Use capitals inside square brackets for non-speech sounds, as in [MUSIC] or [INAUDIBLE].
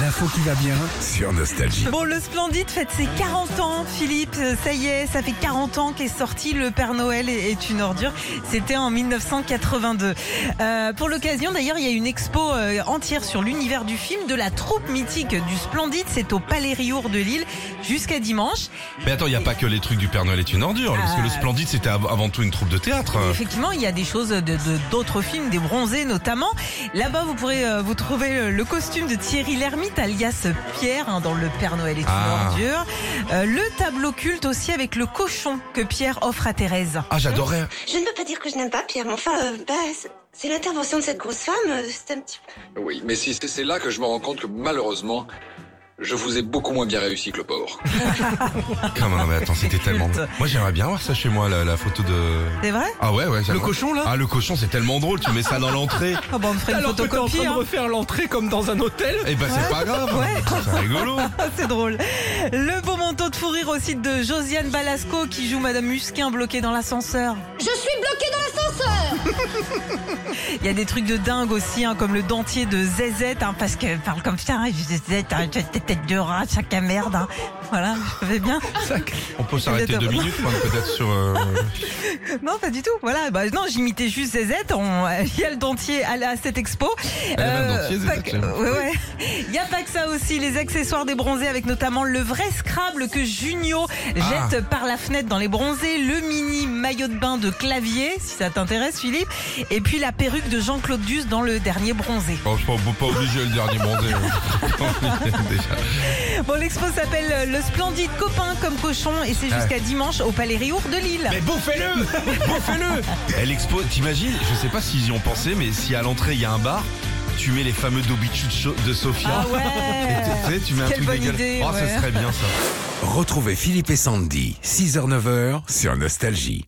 l'info qui va bien. sur Nostalgie. Bon, le Splendide fête ses 40 ans, Philippe. Ça y est, ça fait 40 ans qu'est sorti Le Père Noël est est une ordure. C'était en 1982. Euh, pour l'occasion, d'ailleurs, il y a une expo euh, entière sur l'univers du film de la troupe mythique du Splendide. C'est au Palais Riour de Lille jusqu'à dimanche. Mais attends, il n'y a pas que les trucs du Père Noël est une ordure, parce que le Splendide, c'était av- avant tout une troupe de théâtre. Et Effectivement, il y a des choses de- de- d'autres films, des bronzés notamment. Là-bas, vous pourrez euh, vous trouver euh, le costume de Thierry Lhermitte, alias Pierre, hein, dans Le Père Noël est une Ah. ordure. Euh, le tableau culte aussi avec le cochon que Pierre offre à Thérèse. Ah, j'adorais. Je ne veux pas dire que je n'aime pas Pierre, mais enfin, euh, bah, c'est- c'est l'intervention de cette grosse femme, euh, c'est un petit peu... Oui, mais si c'est c'est là que je me rends compte que malheureusement, je vous ai beaucoup moins bien réussi que le pauvre. Quand même, mais attends, c'était tellement culte. drôle. Moi, j'aimerais bien voir ça chez moi, la, la photo de. C'est vrai Ah ouais, ouais. Le j'aimerais- cochon là Ah, le cochon, c'est tellement drôle, tu mets ça dans l'entrée. Ah bah, On ferait une Alors que t'es en photocopie. train de hein. refaire l'entrée comme dans un hôtel Eh ben, c'est pas grave. Ouais. C'est rigolo. [LAUGHS] C'est drôle. Le beau manteau de fourrure aussi de Josiane Balasco qui joue Madame Musquin bloquée dans l'ascenseur. Je suis bloquée dans [LAUGHS] Il y a des trucs de dingue aussi, hein, comme le dentier de Zezette, hein, parce qu'elle parle comme ça, hein, Zezette, hein, tête de rat, chacun merde. hein. Voilà, je vais bien. On peut s'arrêter deux minutes, moi, peut-être sur. euh, Non, pas du tout. Voilà, bah, non, j'imitais juste Zezette. On... [LAUGHS] Il y a le dentier à, la- à cette expo. Elle a même dentier, pas Zezette, que- j'aime. ouais, ouais. Il n'y a pas que ça aussi, les accessoires des bronzés avec notamment le vrai Scrabble que Junio Ah. jette par la fenêtre dans les bronzés, le mini maillot de bain de clavier, si ça t'intéresse Philippe, et puis la perruque de Jean-Claude Duss dans le dernier bronzé. Bon, je suis pas, pas obligé le dernier bronzé. hein. [LAUGHS] Déjà. Bon, l'expo s'appelle euh, Le Splendide Copain comme cochon et c'est jusqu'à dimanche au Palais Riour de Lille. Mais bouffez-le Bouffez-le Elle expose, t'imagines, je sais pas s'ils y ont pensé, mais si à l'entrée il y a un bar, tu mets les fameux dobichus de So- de Sofia. [LAUGHS] Ah Et tu sais, ouais tu mets un Quelle truc bonne dégueulasse. idée, Oh, ouais. ça serait bien ça. Retrouvez Philippe et Sandy, 6h-9h, sur Nostalgie.